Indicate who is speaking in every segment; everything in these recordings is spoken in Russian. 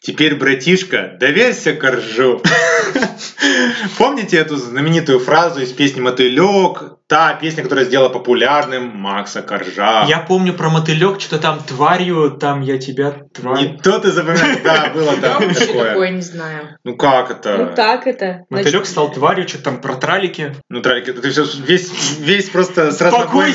Speaker 1: Теперь, братишка, доверься коржу. Помните эту знаменитую фразу из песни «Мотылек»? Та песня, которая сделала популярным Макса Коржа.
Speaker 2: Я помню про мотылек, что-то там тварью, там я тебя тварь.
Speaker 1: Не то ты запоминаешь, да, было
Speaker 3: Я
Speaker 1: там
Speaker 3: вообще
Speaker 1: такое.
Speaker 3: такое не знаю.
Speaker 1: Ну как
Speaker 3: Ну
Speaker 1: это?
Speaker 3: так это.
Speaker 2: Мотылек стал тварью, что-то там про тралики.
Speaker 1: Ну, Тралик, это ты все весь, весь просто с
Speaker 2: Покой
Speaker 1: разнобойной-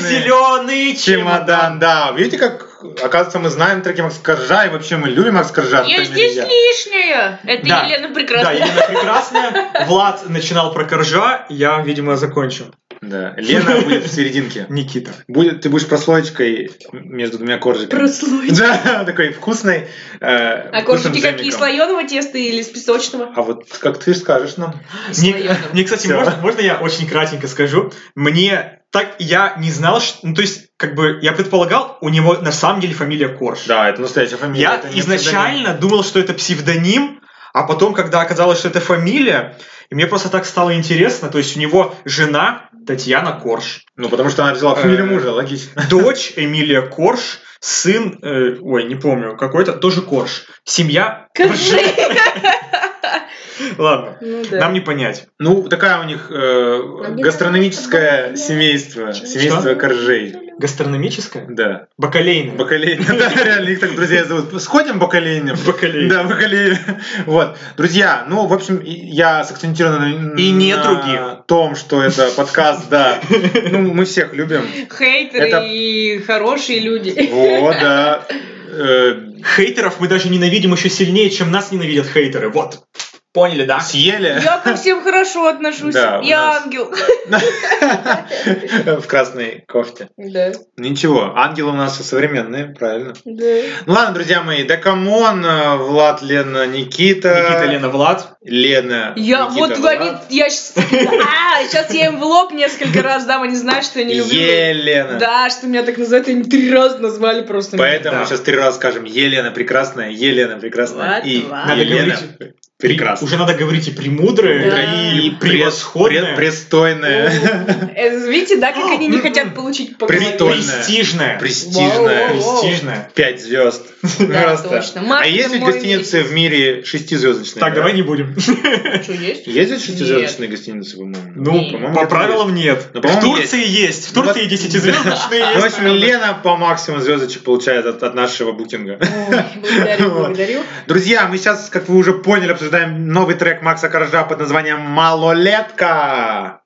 Speaker 1: Чемодан,
Speaker 2: зеленый чемодан.
Speaker 1: да. Видите, как, оказывается, мы знаем треки Макс Коржа, и вообще мы любим Макс Коржа.
Speaker 3: Я
Speaker 1: например,
Speaker 3: здесь
Speaker 1: я.
Speaker 3: лишняя. Это
Speaker 2: Да.
Speaker 3: Елена
Speaker 2: Да,
Speaker 3: прекрасная.
Speaker 2: Елена Прекрасная. Влад начинал про коржа, я, видимо, закончил.
Speaker 1: Да. Лена будет в серединке.
Speaker 2: Никита.
Speaker 1: Будет, ты будешь прослоечкой между двумя коржиками.
Speaker 3: Прослой.
Speaker 1: Да, такой вкусный. э,
Speaker 3: А коржики какие, слоеного теста или с песочного?
Speaker 1: А вот как ты скажешь нам?
Speaker 2: Мне,
Speaker 3: Слоёного.
Speaker 2: мне, кстати,
Speaker 1: Всё.
Speaker 2: можно, можно я очень кратенько скажу? Мне так я не знал, что, ну то есть как бы я предполагал, у него на самом деле фамилия Корж.
Speaker 1: Да, это настоящая фамилия.
Speaker 2: я
Speaker 1: это не
Speaker 2: изначально думал, что это псевдоним, а потом, когда оказалось, что это фамилия, и мне просто так стало интересно, то есть у него жена Татьяна Корж,
Speaker 1: псевдоним. Ну, потому что она взяла фамилию
Speaker 2: Э,
Speaker 1: мужа, логично.
Speaker 2: дочь Эмилия Корж, сын, э, ой, не помню, какой-то тоже Корж, семья.
Speaker 3: Коржи.
Speaker 2: Ладно,
Speaker 3: Ну
Speaker 2: нам не понять.
Speaker 1: Ну, такая у них э,
Speaker 3: А
Speaker 1: гастрономическое семейство. Семейство
Speaker 2: Что?
Speaker 1: коржей.
Speaker 2: Гастрономическая?
Speaker 1: Да.
Speaker 2: Бакалейная.
Speaker 1: Бакалейн. Да, реально, их так друзья зовут. Сходим бакалейнем.
Speaker 2: Бакалейная.
Speaker 1: Да, бакалейн. Вот. Друзья, ну, в общем, и- я сакцентирован на,
Speaker 2: И не
Speaker 1: на
Speaker 2: других.
Speaker 1: том, что это подкаст, да. Ну, мы всех любим.
Speaker 3: Хейтеры
Speaker 1: Это-
Speaker 3: и хорошие люди.
Speaker 1: О, да. Э,
Speaker 2: Хейтеров мы даже ненавидим еще сильнее, чем нас ненавидят хейтеры. Вот. Поняли, да?
Speaker 1: Съели.
Speaker 3: Я ко всем хорошо отношусь.
Speaker 1: Да, у
Speaker 3: Я
Speaker 1: нас-
Speaker 3: ангел.
Speaker 1: В красной кофте.
Speaker 3: Да,
Speaker 1: Ничего, ангелы у нас все современные, правильно.
Speaker 3: да.
Speaker 1: Ну ладно, друзья мои, да камон, э, Влад, Лена, Никита.
Speaker 2: Никита, Лена, Влад.
Speaker 1: Лена, Никита, ну,
Speaker 3: Я
Speaker 1: а?
Speaker 3: вот
Speaker 1: Влад.
Speaker 3: они, я сейчас, сейчас я им в лоб несколько раз дам, они знают, что я не люблю.
Speaker 1: Елена.
Speaker 3: Да, что меня так называют, они три раза назвали просто.
Speaker 1: Поэтому
Speaker 2: Да.
Speaker 1: сейчас три раза скажем Елена прекрасная, Елена прекрасная
Speaker 3: Ладно,
Speaker 1: и
Speaker 3: ладно.
Speaker 2: Надо
Speaker 1: Елена
Speaker 2: говорить.
Speaker 1: прекрасная.
Speaker 2: Уже надо говорить и премудрые,
Speaker 3: Да.
Speaker 2: и,
Speaker 1: пред- пред-
Speaker 2: превосходные,
Speaker 1: Пристойная.
Speaker 3: Э, Видите, да, как они не хотят получить по голове?
Speaker 1: Притон.
Speaker 2: престижные.
Speaker 1: Престижная.
Speaker 3: Вау.
Speaker 2: Престижная.
Speaker 1: Пять звезд.
Speaker 3: Да,
Speaker 1: Просто.
Speaker 3: точно.
Speaker 1: А
Speaker 3: Макс,
Speaker 1: есть ведь
Speaker 3: мой
Speaker 1: гостиницы в мире шестизвездочные?
Speaker 2: Так,
Speaker 1: да?
Speaker 2: давай не будем.
Speaker 3: Что, есть?
Speaker 1: Есть ведь шестизвездочные гостиницы, по-моему?
Speaker 2: Ну,
Speaker 1: по-моему,
Speaker 2: по
Speaker 1: это
Speaker 2: правилам нет.
Speaker 1: Ну,
Speaker 2: В
Speaker 1: по-моему,
Speaker 2: Турции есть. В Турции
Speaker 1: Ну,
Speaker 2: 10-звездочные
Speaker 1: В
Speaker 2: есть.
Speaker 1: общем, Лена по максимуму звездочек получает от, от нашего букинга.
Speaker 3: Ой, Благодарю,
Speaker 1: Вот.
Speaker 3: благодарю.
Speaker 1: Друзья, мы сейчас, как вы уже поняли, обсуждаем новый трек Макса Коржа под названием «Малолетка».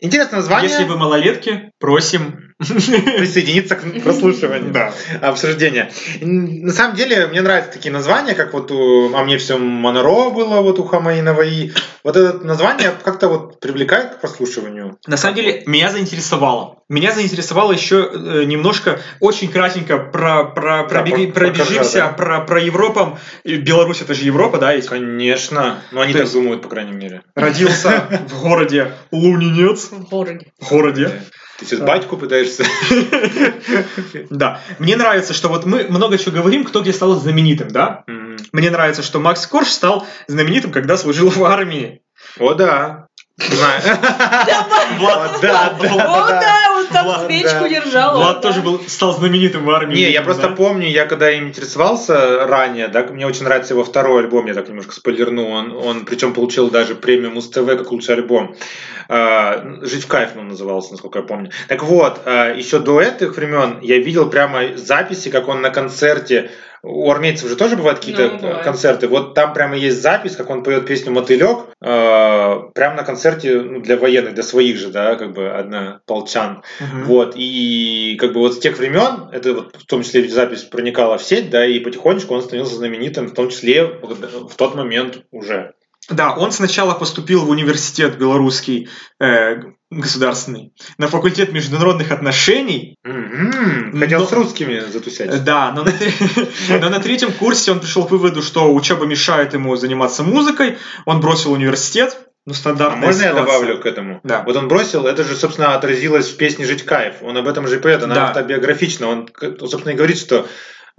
Speaker 1: Интересное название.
Speaker 2: Если вы малолетки, просим.
Speaker 1: присоединиться к прослушиванию. Обсуждения. М, На самом деле, мне нравятся такие названия, как вот у, а мне все Монаро было, вот у Хамаинова, и вот это название как-то вот привлекает к прослушиванию.
Speaker 2: На самом деле, меня заинтересовало. Меня заинтересовало еще э, немножко, очень кратенько про, про, пробеги-
Speaker 1: про- про
Speaker 2: пробежимся,
Speaker 1: Коржа, да.
Speaker 2: про, про Европу. И Беларусь, это же Европа, да? Есть.
Speaker 1: Конечно. Но они
Speaker 2: То
Speaker 1: так
Speaker 2: есть-
Speaker 1: думают, по крайней мере.
Speaker 2: Родился в городе Лунинец.
Speaker 3: В городе.
Speaker 2: В городе.
Speaker 1: Ты сейчас
Speaker 2: Да.
Speaker 1: батьку пытаешься...
Speaker 2: Да. Мне нравится, что вот мы много чего говорим, кто где стал знаменитым, да?
Speaker 1: М,
Speaker 2: Мне нравится, что Макс Корж стал знаменитым, когда служил в армии.
Speaker 1: О, да. Знаю.
Speaker 2: Влад,
Speaker 1: Да, да,
Speaker 2: Влад-
Speaker 3: О, да, он
Speaker 2: Влад,
Speaker 3: там свечку
Speaker 1: да.
Speaker 3: держал.
Speaker 2: Влад
Speaker 3: он,
Speaker 2: тоже
Speaker 3: да.
Speaker 2: был, стал знаменитым в армии.
Speaker 1: Не, я
Speaker 2: видимо,
Speaker 1: просто
Speaker 2: да?
Speaker 1: помню, я когда им интересовался ранее, да, мне очень нравится его второй альбом, я так немножко спойлерну, он, он причем получил даже премию Муз ТВ как лучший альбом. А, Жить в кайф он назывался, насколько я помню. Так вот, а, еще до этих времен я видел прямо записи, как он на концерте у армейцев же тоже бывают какие-то
Speaker 3: Ну, бывает.
Speaker 1: концерты. Вот там прямо есть запись, как он поет песню «Мотылек», э, прямо на концерте ну, для военных, для своих же, да, как бы одна полчан.
Speaker 2: Мгм.
Speaker 1: Вот, и как бы вот с тех времен, это вот в том числе ведь запись проникала в сеть, да, и потихонечку он становился знаменитым, в том числе в тот момент уже.
Speaker 2: Да, он сначала поступил в университет белорусский э, государственный на факультет международных отношений.
Speaker 1: Мгм. Хотел
Speaker 2: Но-
Speaker 1: с русскими затусять.
Speaker 2: Э, Да, но на, тре- но на третьем курсе он пришел к выводу, что учеба мешает ему заниматься музыкой. Он бросил университет. Ну,
Speaker 1: А
Speaker 2: стандартная
Speaker 1: можно я
Speaker 2: ситуация.
Speaker 1: добавлю к этому?
Speaker 2: Да.
Speaker 1: Вот он бросил, это же, собственно, отразилось в песне «Жить кайф». Он об этом же и поет, она
Speaker 2: Да.
Speaker 1: автобиографична. Он, к- собственно, и говорит, что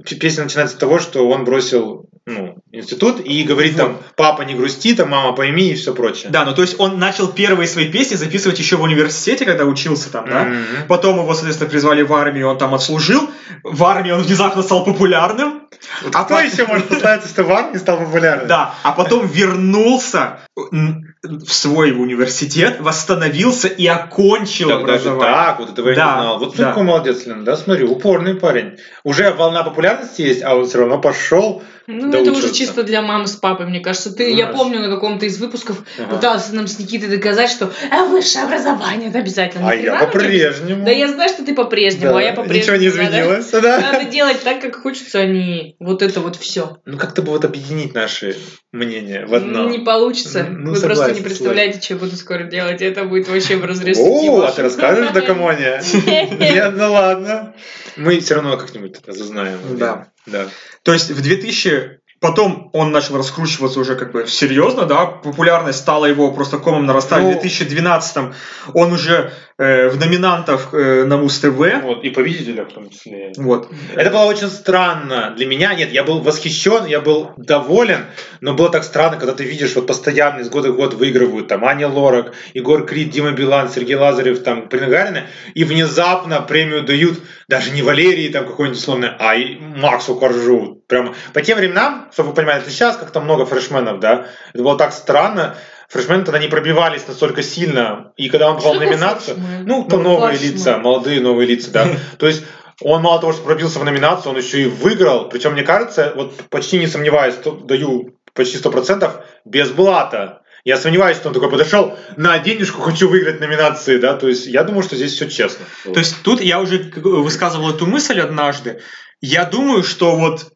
Speaker 1: п- песня начинается с того, что он бросил ну, институт и говорит там «папа, не грусти», там «мама, пойми» и все прочее.
Speaker 2: Да, ну то есть он начал первые свои песни записывать еще в университете, когда учился там, да?
Speaker 1: Мгм.
Speaker 2: Потом его, соответственно, призвали в армию, он там отслужил. В армии он внезапно стал популярным.
Speaker 1: Вот
Speaker 2: А
Speaker 1: кто
Speaker 2: по-
Speaker 1: еще может прославиться, что в армии стал популярным?
Speaker 2: Да, а потом вернулся м, в свой университет, восстановился и окончил
Speaker 1: Там даже
Speaker 2: образование.
Speaker 1: так, вот этого я
Speaker 2: Да,
Speaker 1: не знал. Вот
Speaker 2: да.
Speaker 1: такой молодец, Лен, да, смотри, упорный парень. Уже волна популярности есть, а он все равно пошел.
Speaker 3: Ну,
Speaker 1: Да
Speaker 3: это
Speaker 1: учатся.
Speaker 3: уже чисто для мамы с папой, мне кажется. Ты, я
Speaker 1: Знаешь.
Speaker 3: помню, на каком-то из выпусков
Speaker 1: Ага.
Speaker 3: пытался нам с Никитой доказать, что а, высшее образование это
Speaker 1: А
Speaker 3: обязательно. Нахрена
Speaker 1: я
Speaker 3: нам тебе?
Speaker 1: по-прежнему.
Speaker 3: Да я знаю, что ты по-прежнему,
Speaker 1: Да,
Speaker 3: а я
Speaker 1: Ничего
Speaker 3: по-прежнему.
Speaker 1: не
Speaker 3: Надо-
Speaker 1: изменилось, да?
Speaker 3: Надо делать так, как хочется, а не вот это вот все.
Speaker 1: Ну как-то бы вот объединить наши мнения в одно.
Speaker 3: Не получится.
Speaker 1: Ну,
Speaker 3: Вы
Speaker 1: согласен,
Speaker 3: просто не представляете, что я буду скоро делать. и Это будет вообще в разрез.
Speaker 1: О, а ты расскажешь до кому не?
Speaker 3: Нет.
Speaker 1: Нет, ну ладно. Мы все равно как-нибудь это узнаем.
Speaker 2: Да.
Speaker 1: Да.
Speaker 2: То есть в 2000 Потом он начал раскручиваться уже как бы серьезно, да, популярность стала его просто комом нарастать.
Speaker 1: Ну-
Speaker 2: в 2012 он уже э, в номинантах э, на Муз-ТВ.
Speaker 1: Вот, и победителя в том числе.
Speaker 2: Вот.
Speaker 1: Это было очень странно для меня. Нет, я был восхищен, я был доволен, но было так странно, когда ты видишь, вот постоянно из года в год выигрывают там Аня Лорак, Егор Крид, Дима Билан, Сергей Лазарев, там Принагарина, и внезапно премию дают даже не Валерии там какой-нибудь условно, а и Максу Коржу. Прямо по тем временам, чтобы вы понимали, это сейчас как-то много фрешменов, да, это было так странно. Фрешмены тогда не пробивались настолько сильно, и когда он попал в
Speaker 3: А Что такое
Speaker 1: номинацию,
Speaker 3: флешмоб?
Speaker 1: ну, то
Speaker 3: Ну,
Speaker 1: новые
Speaker 3: флешмоб.
Speaker 1: лица, молодые новые лица, да. То есть он мало того, что пробился в номинацию, он еще и выиграл. Причем, мне кажется, вот почти не сомневаюсь, то- даю почти 100%, без блата. Я сомневаюсь, что он такой подошел, на денежку хочу выиграть номинации, да, то есть я думаю, что здесь все честно.
Speaker 2: То есть тут я уже как бы высказывал эту мысль однажды. Я думаю, что вот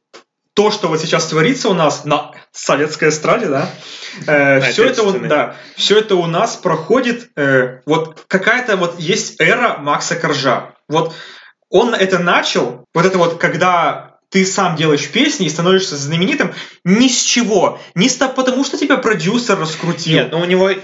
Speaker 2: то, что вот сейчас творится у нас на советской эстраде, да,
Speaker 1: На
Speaker 2: все это, у-
Speaker 1: отечественной.
Speaker 2: да, все это у нас проходит, э, вот какая-то вот есть эра Макса Коржа. Вот он это начал, вот это вот, когда ты сам делаешь песни и становишься знаменитым ни с чего, не с то- потому что тебя продюсер раскрутил.
Speaker 1: Нет, но у него и-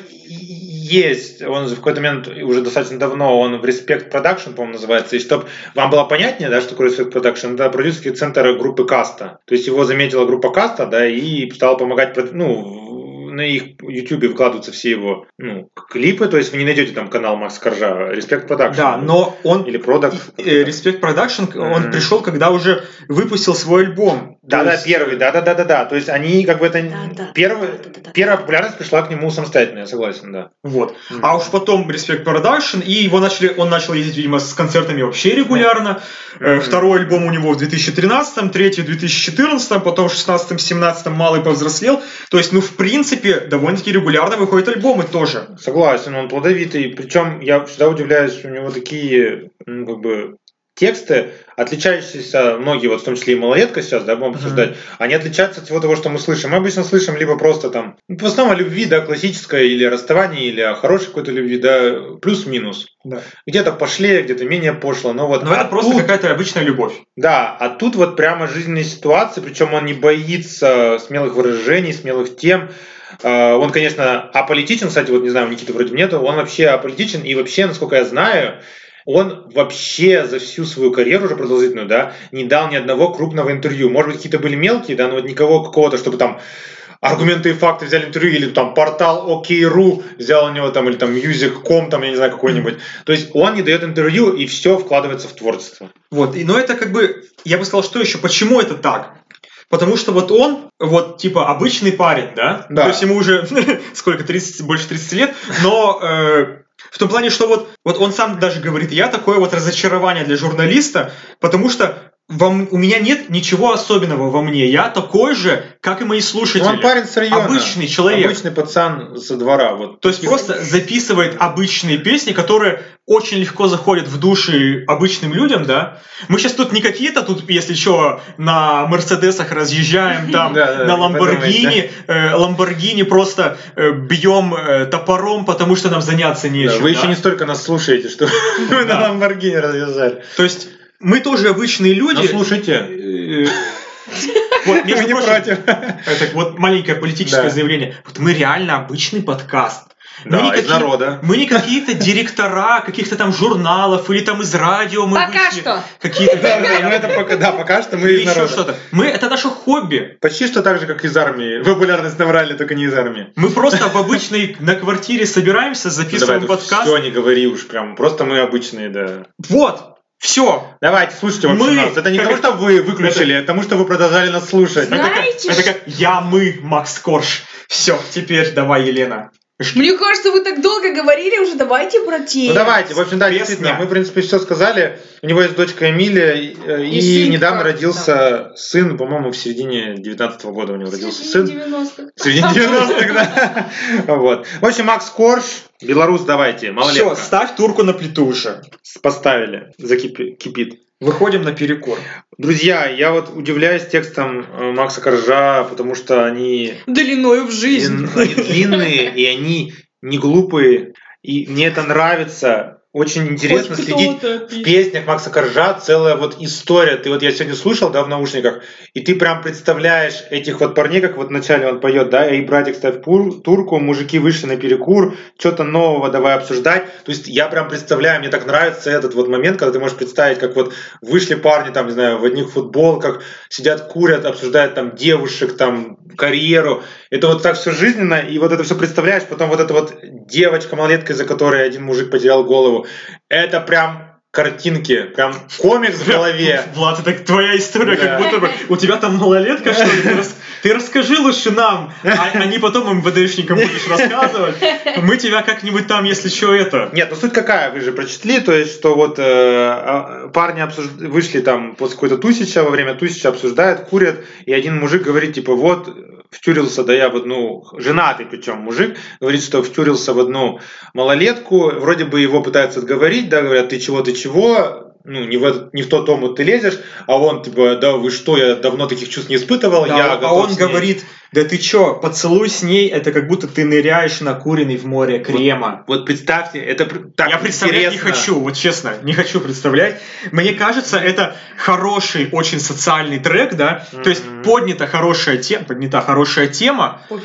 Speaker 1: есть, он в какой-то момент уже достаточно давно, он в Respect Production, по-моему, называется, и чтобы вам было понятнее, да, что такое Respect Production, это продюсерский центр группы Каста, то есть его заметила группа Каста, да, и стала помогать, прод- ну, в- на их ютубе выкладываются все его ну, клипы, то есть вы не найдете там канал Макс Коржа, Respect Production.
Speaker 2: Да, но он
Speaker 1: Или Product.
Speaker 2: э, Респект Продакшн, он
Speaker 1: Мгм.
Speaker 2: пришел, когда уже выпустил свой альбом.
Speaker 1: Да,
Speaker 2: То
Speaker 1: да,
Speaker 2: есть-
Speaker 1: первый, да, да, да, да, да. То есть они как бы это
Speaker 3: Да-да.
Speaker 1: первый,
Speaker 3: Да-да-да.
Speaker 1: первая популярность пришла к нему самостоятельно, я согласен, да.
Speaker 2: Вот. А уж потом Респект Продакшн, и его начали, он начал ездить, видимо, с концертами вообще регулярно. Э,
Speaker 1: Мгм.
Speaker 2: Второй альбом у него в 2013, третий в 2014, потом в 16-17 малый повзрослел. То есть, ну, в принципе, довольно-таки регулярно выходят альбомы тоже.
Speaker 1: Согласен, он плодовитый. Причем я всегда удивляюсь, у него такие, ну, как бы, тексты, отличающиеся, многие, вот в том числе и малолетка сейчас, да, будем
Speaker 2: Мгм.
Speaker 1: обсуждать, они отличаются от всего того, что мы слышим. Мы обычно слышим либо просто там, ну, в основном о любви, да, классической, или о расставании, или о хорошей какой-то любви, да, плюс-минус.
Speaker 2: Да.
Speaker 1: Где-то пошлее, где-то менее пошло, но вот...
Speaker 2: Но это
Speaker 1: а
Speaker 2: просто
Speaker 1: тут-
Speaker 2: какая-то обычная любовь.
Speaker 1: да, а тут вот прямо жизненные ситуации, причем он не боится смелых выражений, смелых тем. Э, Он, конечно, аполитичен, кстати, вот не знаю, у Никиты вроде нету, он вообще аполитичен, и вообще, насколько я знаю, он вообще за всю свою карьеру уже продолжительную, да, не дал ни одного крупного интервью. Может быть, какие-то были мелкие, да, но вот никого какого-то, чтобы там аргументы и факты взяли интервью, или там портал OK.ru взял у него там, или там Music.com, там, я не знаю, какой-нибудь. То есть он не дает интервью, и все вкладывается в творчество.
Speaker 2: Вот, и, но это как бы, я бы сказал, что еще, почему это так? Потому что вот он, вот типа обычный парень, да?
Speaker 1: Да.
Speaker 2: То есть ему уже сколько, 30, больше 30 лет, но э, в том плане, что вот, вот он сам даже говорит, я такое вот разочарование для журналиста, потому что во м- у меня нет ничего особенного во мне, я такой же, как и мои слушатели.
Speaker 1: Ну, он парень с района.
Speaker 2: Обычный человек.
Speaker 1: Обычный пацан со двора. Вот.
Speaker 2: То есть просто записывает обычные песни, которые очень легко заходят в души обычным людям, да? Мы сейчас тут не какие-то тут, если что, на Мерседесах разъезжаем, там,
Speaker 1: Да, да,
Speaker 2: на
Speaker 1: не
Speaker 2: Ламборгини, э, Ламборгини просто э, бьем э, топором, потому что нам заняться
Speaker 1: Да,
Speaker 2: нечем.
Speaker 1: вы
Speaker 2: да?
Speaker 1: еще не столько нас слушаете, что вы на
Speaker 2: Да.
Speaker 1: Ламборгини развязали.
Speaker 2: То есть мы тоже обычные
Speaker 1: Ну,
Speaker 2: люди.
Speaker 1: слушайте.
Speaker 2: Э, Вот,
Speaker 1: Мы
Speaker 2: между
Speaker 1: не
Speaker 2: прочим,
Speaker 1: против.
Speaker 2: это вот маленькое политическое
Speaker 1: Да.
Speaker 2: заявление. Вот мы реально обычный подкаст. Мы не
Speaker 1: Да, из
Speaker 2: какие-то
Speaker 1: народа.
Speaker 2: Мы не какие-то директора каких-то там журналов или там из радио мы
Speaker 3: Пока
Speaker 2: вышли.
Speaker 3: что.
Speaker 2: Какие-то
Speaker 1: Да, да, ну это пока, да, пока что мы
Speaker 2: или
Speaker 1: из
Speaker 2: еще
Speaker 1: народа.
Speaker 2: что-то. Мы это наше хобби.
Speaker 1: Почти что так же, как из армии. Популярность набрали, только не из армии.
Speaker 2: Мы просто в обычной на квартире собираемся, записываем подкаст.
Speaker 1: Все, не говори уж прям. Просто мы обычные, да.
Speaker 2: Вот. Все.
Speaker 1: Давайте, слушайте вообще
Speaker 2: Мы-
Speaker 1: нас. Это не потому, что вы выключили, а потому, что вы продолжали нас слушать.
Speaker 3: Зна- Знаете
Speaker 2: это
Speaker 3: что-
Speaker 2: как я, мы, Макс Корж. Все, теперь давай, Елена.
Speaker 3: Мне кажется, вы так долго говорили уже, давайте про тему.
Speaker 1: Ну давайте, в общем, да,
Speaker 2: Песня.
Speaker 1: действительно, мы, в принципе, все сказали. У него есть дочка Эмилия, и, э,
Speaker 3: И
Speaker 1: и
Speaker 3: сын,
Speaker 1: недавно
Speaker 3: да.
Speaker 1: родился сын, по-моему, в середине 19 года у него родился сын.
Speaker 3: 90-х.
Speaker 1: В середине 90-х, да. Вот. В общем, Макс Корж, белорус, давайте,
Speaker 2: Все,
Speaker 1: малолетка.
Speaker 2: ставь турку на плиту уже.
Speaker 1: Поставили, закипит. кипит.
Speaker 2: Выходим на перекур.
Speaker 1: Друзья, я вот удивляюсь текстам э, Макса Коржа, потому что они
Speaker 3: Длиною в жизнь.
Speaker 1: Длин- они длинные, и они не глупые. И мне это нравится. Очень интересно
Speaker 3: Хоть
Speaker 1: следить.
Speaker 3: кто-то
Speaker 1: В
Speaker 3: пи-
Speaker 1: песнях Макса Коржа целая вот история. Ты вот я сегодня слушал, да, в наушниках, и ты прям представляешь этих вот парней, как вот вначале он поет, да, эй, братик, ставь пур- турку, мужики вышли на перекур, что-то нового давай обсуждать. То есть я прям представляю, мне так нравится этот вот момент, когда ты можешь представить, как вот вышли парни там, не знаю, в одних футболках, сидят, курят, обсуждают там девушек, там карьеру. Это вот так все жизненно, и вот это все представляешь, потом вот эта вот девочка малолетка, из-за которой один мужик потерял голову. Это прям картинки, прям комикс в голове.
Speaker 2: Влад, это твоя история,
Speaker 1: Э. Да.
Speaker 2: как будто бы у тебя там малолетка, что ли? Ты рас- Ты расскажи лучше нам, а, а не потом МВДшникам будешь рассказывать. Мы тебя как-нибудь там, если что, это...
Speaker 1: Нет, ну суть какая, вы же прочитали, то есть, что вот э, а, парни обсуж- вышли там после какой-то тусича, во время тусича обсуждают, курят, и один мужик говорит, типа, вот, втюрился, да я в одну, женатый причем мужик, говорит, что втюрился в одну малолетку, вроде бы его пытаются отговорить, да, говорят, ты чего, ты чего, ну, не в, этот- не в тот омут ты лезешь, а он, типа, да вы что, я давно таких чувств не испытывал, я
Speaker 2: Да, а
Speaker 1: готов
Speaker 2: он
Speaker 1: с ней».
Speaker 2: говорит, да ты чё, поцелуй с ней, это как будто ты ныряешь накуренный в море крема.
Speaker 1: Вот представьте, это пр- так
Speaker 2: Я представлять
Speaker 1: интересно.
Speaker 2: не хочу, вот честно, не хочу представлять. Мне кажется, это хороший очень социальный трек, да, то есть
Speaker 1: Мгм.
Speaker 2: поднята хорошая тема, поднята хорошая тема,
Speaker 3: Ой,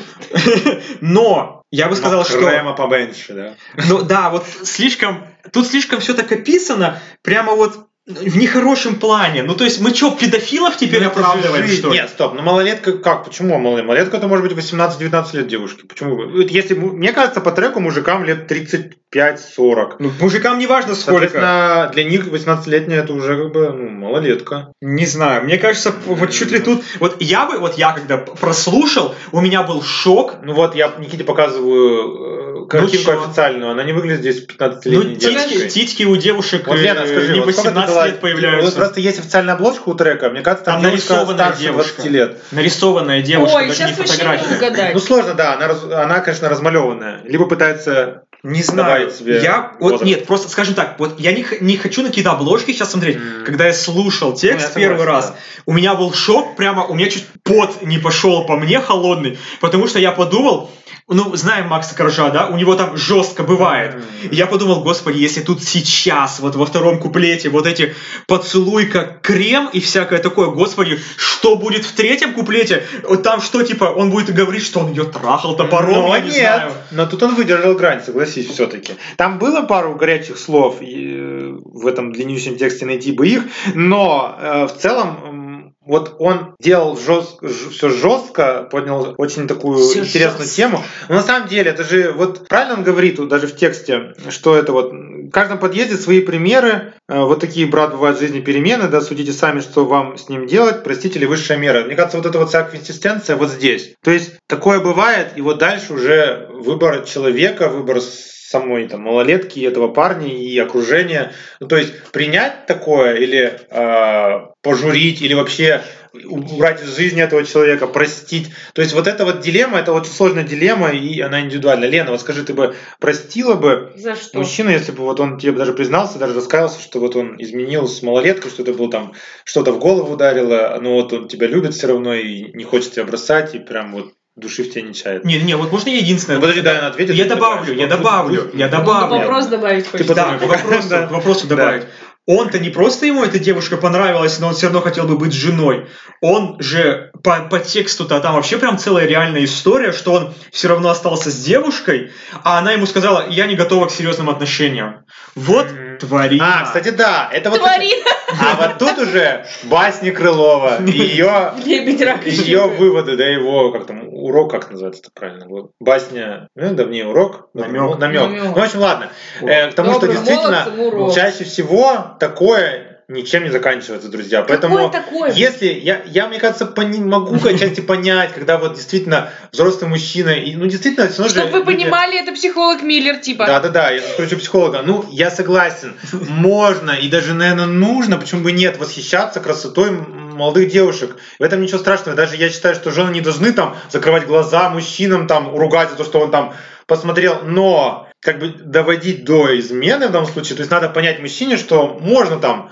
Speaker 2: но я бы сказал, что...
Speaker 1: Крема поменьше, да.
Speaker 2: Ну да, вот слишком, тут слишком все так описано, прямо вот в нехорошем плане. Ну то есть мы что, педофилов теперь
Speaker 1: Ну, это же
Speaker 2: оправдываем,
Speaker 1: жизнь.
Speaker 2: что ли?
Speaker 1: Нет, стоп, ну малолетка как? Почему малолетка? Малолетка это может быть 18-19 лет девушки. Почему? бы? Вот Если, му- мне кажется, по треку мужикам лет 35-40.
Speaker 2: Ну, мужикам не важно сколько.
Speaker 1: Соответственно, для них 18-летняя это уже как бы ну, малолетка.
Speaker 2: Не знаю, мне кажется, вот чуть ли тут... Вот я бы, вот я когда прослушал, у меня был шок.
Speaker 1: Ну вот, я Никите показываю э, картинку
Speaker 2: Ну чё?
Speaker 1: официальную. Она не выглядит здесь 15-летней
Speaker 2: Ну, титьки,
Speaker 1: девушкой.
Speaker 2: титьки у девушек
Speaker 1: Вот,
Speaker 2: э,
Speaker 1: Лена, скажи,
Speaker 2: не
Speaker 1: вот сколько ты
Speaker 2: 18
Speaker 1: дала-
Speaker 2: лет
Speaker 1: Вот
Speaker 2: появляются.
Speaker 1: просто есть официальная обложка у трека. Мне кажется, там,
Speaker 2: Там
Speaker 1: девушка
Speaker 2: нарисованная
Speaker 1: старше
Speaker 2: девушка.
Speaker 1: 20 лет.
Speaker 2: Нарисованная девушка,
Speaker 3: Ой,
Speaker 2: даже не
Speaker 3: сейчас вообще не
Speaker 2: фотография.
Speaker 3: угадать.
Speaker 1: Ну сложно, да, она, раз- она, конечно, размалеванная. Либо пытается...
Speaker 2: Не знаю.
Speaker 1: Добавить себе
Speaker 2: я вот
Speaker 1: возраст.
Speaker 2: нет, просто скажем так, вот я не, х- не хочу на какие-то обложки сейчас смотреть.
Speaker 1: М.
Speaker 2: Когда я слушал текст
Speaker 1: Ну, я
Speaker 2: первый
Speaker 1: согласен,
Speaker 2: раз, у меня был шок, прямо у меня чуть пот не пошел по мне холодный, потому что я подумал, ну знаем Макса Коржа, да, у него там жестко бывает. И Я подумал, господи, если тут сейчас, вот во втором куплете, вот эти поцелуй как крем и всякое такое, господи, что будет в третьем куплете? Вот там что, типа, он будет говорить, что он ее трахал топором,
Speaker 1: но
Speaker 2: я не
Speaker 1: Ну, нет,
Speaker 2: знаю.
Speaker 1: но тут он выдержал грань, согласись, все-таки. Там было пару горячих слов и, э, в этом длиннющем тексте найти бы их, но э, в целом м, вот он делал все жестко, поднял очень такую
Speaker 3: Всё
Speaker 1: интересную
Speaker 3: жёстко.
Speaker 1: тему. Но на самом деле, это же вот правильно он говорит вот даже в тексте, что это вот в каждом подъезде свои примеры, э, вот такие, брат, бывают в жизни перемены, да, судите сами, что вам с ним делать, простите ли высшая мера. Мне кажется, вот эта вот вся консистенция вот здесь. То есть такое бывает, и вот дальше уже выбор человека, выбор самой там малолетки и этого парня и окружения. Ну, то есть принять такое или э, пожурить, или вообще у- убрать из жизни этого человека, простить. То есть вот эта вот дилемма, это очень сложная дилемма, и она индивидуальна. Лена, вот скажи, ты бы простила бы
Speaker 3: За что?
Speaker 1: мужчину, если бы вот он тебе даже признался, даже раскаялся, что вот он изменил с малолеткой, что это было там, что-то в голову ударило, но вот он тебя любит все равно и не хочет тебя бросать, и прям вот души в тебя не чает.
Speaker 2: Не, не, вот можно я единственное.
Speaker 1: Ну, подожди, да, она ответит.
Speaker 2: я
Speaker 1: ты
Speaker 2: добавлю,
Speaker 1: понимаешь,
Speaker 2: я
Speaker 1: вот тут-
Speaker 2: добавлю, я
Speaker 3: Ну,
Speaker 2: добавлю.
Speaker 3: Вопрос добавить
Speaker 1: Ты
Speaker 3: хочешь.
Speaker 1: под-
Speaker 2: Да, к вопросу,
Speaker 1: Да.
Speaker 2: к вопросу добавить. Он-то не просто ему эта девушка понравилась, но он все равно хотел бы быть женой. Он же по, по тексту-то а там вообще прям целая реальная история, что он все равно остался с девушкой, а она ему сказала, я не готова к серьезным отношениям. Вот
Speaker 1: Мгм.
Speaker 2: тварина.
Speaker 1: А, кстати, да, это вот...
Speaker 3: Тварина.
Speaker 1: А вот тут уже басни Крылова и ее
Speaker 3: Лебедь, рак и
Speaker 1: ее
Speaker 3: щука.
Speaker 1: выводы, да, его, как там, урок, как называется это правильно было? Басня, ну, да, не урок,
Speaker 2: Намёк.
Speaker 1: намек. Ну,
Speaker 3: Намёк.
Speaker 1: в общем, ладно. Э, к тому, что
Speaker 3: Добрым
Speaker 1: действительно,
Speaker 3: молодцем урок.
Speaker 1: чаще всего такое ничем не заканчивается, друзья.
Speaker 3: Какой
Speaker 1: Поэтому
Speaker 3: такой?
Speaker 1: если я, я, мне кажется, пони- могу отчасти понять, когда вот действительно взрослый мужчина, и, ну действительно, все
Speaker 3: Чтобы вы понимали, это психолог Миллер, типа.
Speaker 1: Да, да, да, я тут кручу психолога. Ну, я согласен. Можно и даже, наверное, нужно, почему бы нет, восхищаться красотой м- молодых девушек. В этом ничего страшного. Даже я считаю, что жены не должны там закрывать глаза мужчинам, там ругать за то, что он там посмотрел. Но как бы доводить до измены в данном случае, то есть надо понять мужчине, что можно там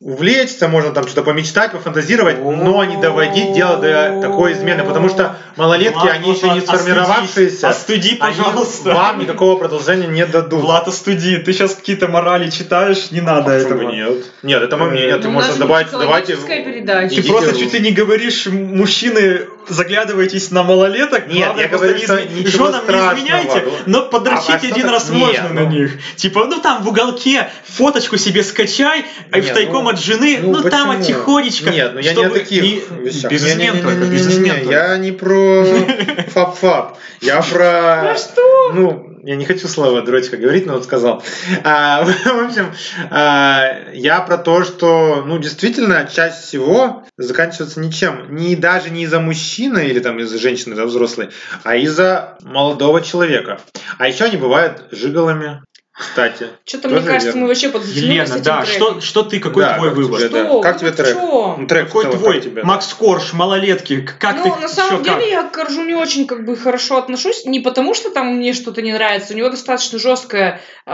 Speaker 1: увлечься, можно там что-то помечтать, пофантазировать, но не доводить дело до такой измены, потому что малолетки,
Speaker 2: Влад,
Speaker 1: они еще
Speaker 2: Влад, ну,
Speaker 1: не
Speaker 2: остудись,
Speaker 1: сформировавшиеся.
Speaker 2: Остуди,
Speaker 1: Они
Speaker 2: пожалуйста.
Speaker 1: А Вам никакого продолжения не дадут.
Speaker 2: Влад, остуди. Ты сейчас какие-то морали читаешь, не
Speaker 1: А
Speaker 2: надо
Speaker 1: почему бы
Speaker 2: этого.
Speaker 1: нет? Нет, это мое
Speaker 2: Э,
Speaker 1: мнение.
Speaker 3: Ну,
Speaker 1: Ты
Speaker 3: у нас
Speaker 1: можешь
Speaker 3: же
Speaker 1: добавить, давайте...
Speaker 3: психологическая передача.
Speaker 2: Ты
Speaker 1: Идите
Speaker 2: просто
Speaker 1: в-
Speaker 2: чуть ли не говоришь, м- мужчины, заглядываетесь на малолеток,
Speaker 1: Нет,
Speaker 2: главное,
Speaker 1: я
Speaker 2: просто
Speaker 1: говорю,
Speaker 2: не
Speaker 1: что
Speaker 2: изме-
Speaker 1: ничего
Speaker 2: женам
Speaker 1: страшного.
Speaker 2: не изменяйте, но
Speaker 1: А, а
Speaker 2: подрочить
Speaker 1: что
Speaker 2: один
Speaker 1: так-
Speaker 2: раз
Speaker 1: Не,
Speaker 2: можно на
Speaker 1: ну.
Speaker 2: них. Типа, ну там в уголке фоточку себе скачай, а
Speaker 1: Не,
Speaker 2: их тайком
Speaker 1: ну,
Speaker 2: от жены, ну, там
Speaker 1: почему?
Speaker 2: от тихонечко.
Speaker 1: Нет, ну я не о
Speaker 2: чтобы
Speaker 1: таких
Speaker 2: не-
Speaker 1: вещах.
Speaker 2: Без
Speaker 1: Не,
Speaker 2: измен
Speaker 1: не, не,
Speaker 2: только,
Speaker 1: не, не,
Speaker 2: без
Speaker 1: не, не,
Speaker 2: измен только.
Speaker 1: Я не про фап-фап. Я про...
Speaker 3: Про что?
Speaker 1: Ну, я не хочу слово дрочка говорить, но вот сказал. А, в общем, а, я про то, что, ну, действительно, чаще всего заканчивается ничем. Не, даже не из-за мужчины или там из-за женщины да, взрослой, а из-за молодого человека. А еще они бывают жиголами, кстати.
Speaker 3: Что-то, мне
Speaker 1: Тоже
Speaker 3: кажется,
Speaker 1: верно.
Speaker 3: мы вообще подзатянули с
Speaker 2: Елена,
Speaker 3: этим
Speaker 2: да,
Speaker 3: треком.
Speaker 2: что, что ты, какой
Speaker 1: Да,
Speaker 2: твой
Speaker 1: как
Speaker 2: выбор?
Speaker 1: тебе, да.
Speaker 3: Что?
Speaker 1: Как тебе
Speaker 3: Ну,
Speaker 1: трек?
Speaker 3: чё?
Speaker 1: Ну, трек в
Speaker 2: Какой
Speaker 1: целом,
Speaker 2: твой?
Speaker 1: как тебе?
Speaker 2: Макс Корж, малолетки, к- как
Speaker 3: ну,
Speaker 2: ты?
Speaker 3: на
Speaker 2: чё,
Speaker 3: самом
Speaker 2: как?
Speaker 3: деле, я к Коржу не очень как бы хорошо отношусь. Не потому, что там мне что-то не нравится. У него достаточно жесткое э,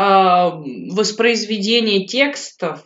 Speaker 3: воспроизведение текстов.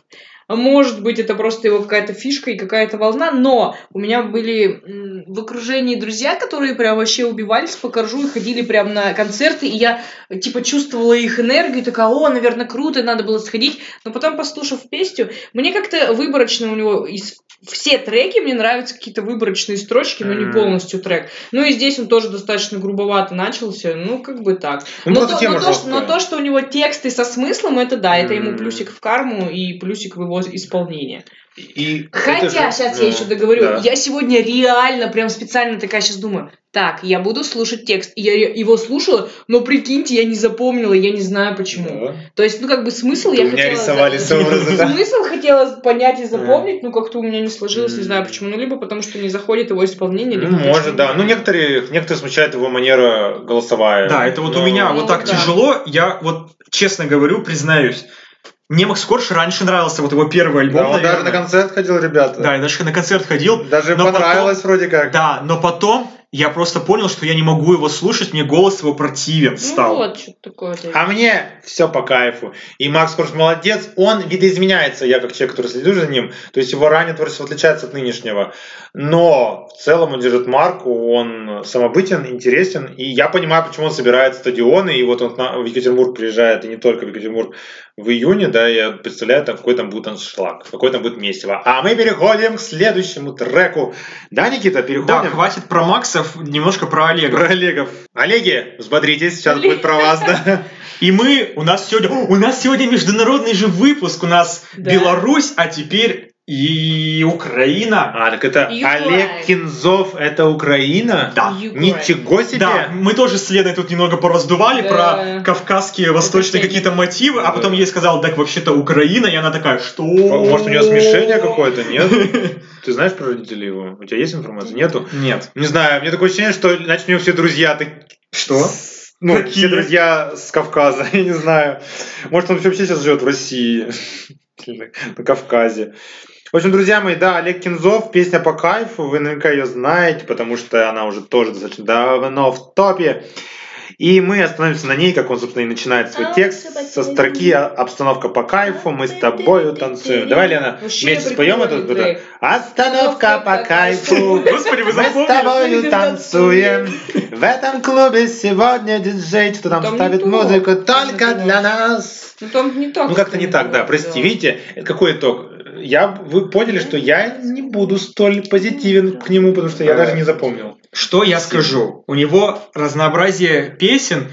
Speaker 3: Может быть, это просто его какая-то фишка и какая-то волна, но у меня были м, в окружении друзья, которые прям вообще убивались по коржу и ходили прям на концерты, и я э, типа чувствовала их энергию, такая, о, наверное, круто, надо было сходить, но потом, послушав песню, мне как-то выборочно у него из все треки мне нравятся какие-то выборочные строчки, но не
Speaker 1: Мгм.
Speaker 3: полностью трек. Ну и здесь он тоже достаточно грубовато начался, ну как бы так.
Speaker 1: Ну,
Speaker 3: но,
Speaker 1: просто
Speaker 3: то,
Speaker 1: тема
Speaker 3: но то, что,
Speaker 1: жесткая.
Speaker 3: но то, что у него тексты со смыслом, это да, это ему
Speaker 1: М.
Speaker 3: плюсик в карму и плюсик в его исполнение.
Speaker 1: И
Speaker 3: Хотя,
Speaker 1: это же-
Speaker 3: сейчас
Speaker 1: ну,
Speaker 3: я еще договорю,
Speaker 1: да.
Speaker 3: я сегодня реально прям специально такая сейчас думаю, так, я буду слушать текст. И я ре- его слушала, но прикиньте, я не запомнила, я не знаю почему.
Speaker 1: Да.
Speaker 3: То есть, ну как бы смысл я
Speaker 1: У меня
Speaker 3: хотела...
Speaker 1: рисовались
Speaker 3: за-
Speaker 1: образы, да.
Speaker 3: Смысл хотела понять и запомнить, но как-то у меня не сложилось, не знаю почему. Ну, либо потому, что не заходит его исполнение,
Speaker 1: Ну,
Speaker 3: либо...
Speaker 1: может,
Speaker 3: почему.
Speaker 1: да. Ну, некоторые, некоторые смущает его манера голосовая.
Speaker 2: Да, это вот
Speaker 1: Но-
Speaker 2: у меня
Speaker 3: Ну,
Speaker 2: вот так
Speaker 3: да.
Speaker 2: тяжело. Я вот честно говорю, признаюсь. Мне Макс Корж раньше нравился, вот его первый альбом,
Speaker 1: Да, он даже
Speaker 2: наверное.
Speaker 1: на концерт ходил, ребята.
Speaker 2: Да, я даже на концерт ходил.
Speaker 1: Даже
Speaker 2: Но
Speaker 1: понравилось вроде как.
Speaker 2: Да, но потом я просто понял, что я не могу его слушать, мне голос его противен
Speaker 3: Ну
Speaker 2: стал.
Speaker 3: вот, что-то такое. да.
Speaker 1: А мне все по кайфу. И Макс Корж молодец, он видоизменяется, я как человек, который следю за ним, то есть его раннее творчество отличается от нынешнего. Но в целом он держит марку, он самобытен, интересен, и я понимаю, почему он собирает стадионы, и вот он на- в Екатеринбург приезжает, и не только в Екатеринбург, в июне, да, я представляю, там, какой там будет аншлаг, какой там будет месиво. А мы переходим к следующему треку. Да, Никита, переходим?
Speaker 2: Да, хватит про Максов, немножко про Олега.
Speaker 1: Про Олегов. Олеги, взбодритесь, сейчас будет про вас, да?
Speaker 2: И мы, у нас сегодня, у нас сегодня международный же выпуск, у нас
Speaker 3: Да.
Speaker 2: Беларусь, а теперь и Украина.
Speaker 1: А, так это
Speaker 3: Юкраин.
Speaker 1: Олег Кинзов, это Украина?
Speaker 2: Да.
Speaker 3: Юкраин.
Speaker 1: Ничего себе!
Speaker 2: Да, мы тоже с Леной тут немного пораздували
Speaker 3: Да.
Speaker 2: про кавказские, восточные
Speaker 3: Украина.
Speaker 2: какие-то мотивы, а потом
Speaker 1: Да.
Speaker 2: я ей сказал, так вообще-то Украина, и она такая, что?
Speaker 1: М- А Может, у нее смешение какое-то, нет? Ты знаешь про родителей его? У тебя есть информация? Нету?
Speaker 2: Нет.
Speaker 1: Не знаю, мне такое ощущение, что иначе у него все друзья так-
Speaker 2: Что?
Speaker 1: Ну,
Speaker 2: Какие?
Speaker 1: все друзья с Кавказа, я не знаю. Может, он вообще сейчас живет в России, или на Кавказе. В общем, друзья мои, да, Олег Кинзов, песня по кайфу, вы наверняка ее знаете, потому что она уже тоже достаточно давно в топе. И мы остановимся на ней, как он, собственно, и начинает свой текст со строки «А, «Обстановка по кайфу, мы с тобою танцуем». Давай, Лена,
Speaker 3: Вообще
Speaker 1: вместе споем
Speaker 3: прикольный
Speaker 1: этот?
Speaker 3: трек.
Speaker 1: «Остановка по кайфу,
Speaker 2: Господи,
Speaker 1: мы
Speaker 2: вы
Speaker 1: с
Speaker 2: запомнили?
Speaker 1: тобою танцуем. В этом клубе сегодня диджей, кто там,
Speaker 3: Там не
Speaker 1: ставит
Speaker 3: то.
Speaker 1: музыку
Speaker 3: Там
Speaker 1: только
Speaker 3: не то.
Speaker 1: для нас.
Speaker 3: Ну там не так.
Speaker 1: Ну как-то не так, да.
Speaker 3: было,
Speaker 1: Простите, видите, это какой итог? Э, Я, вы поняли, что я не буду столь позитивен к нему, потому что я даже не запомнил.
Speaker 2: Что я скажу? У него разнообразие песен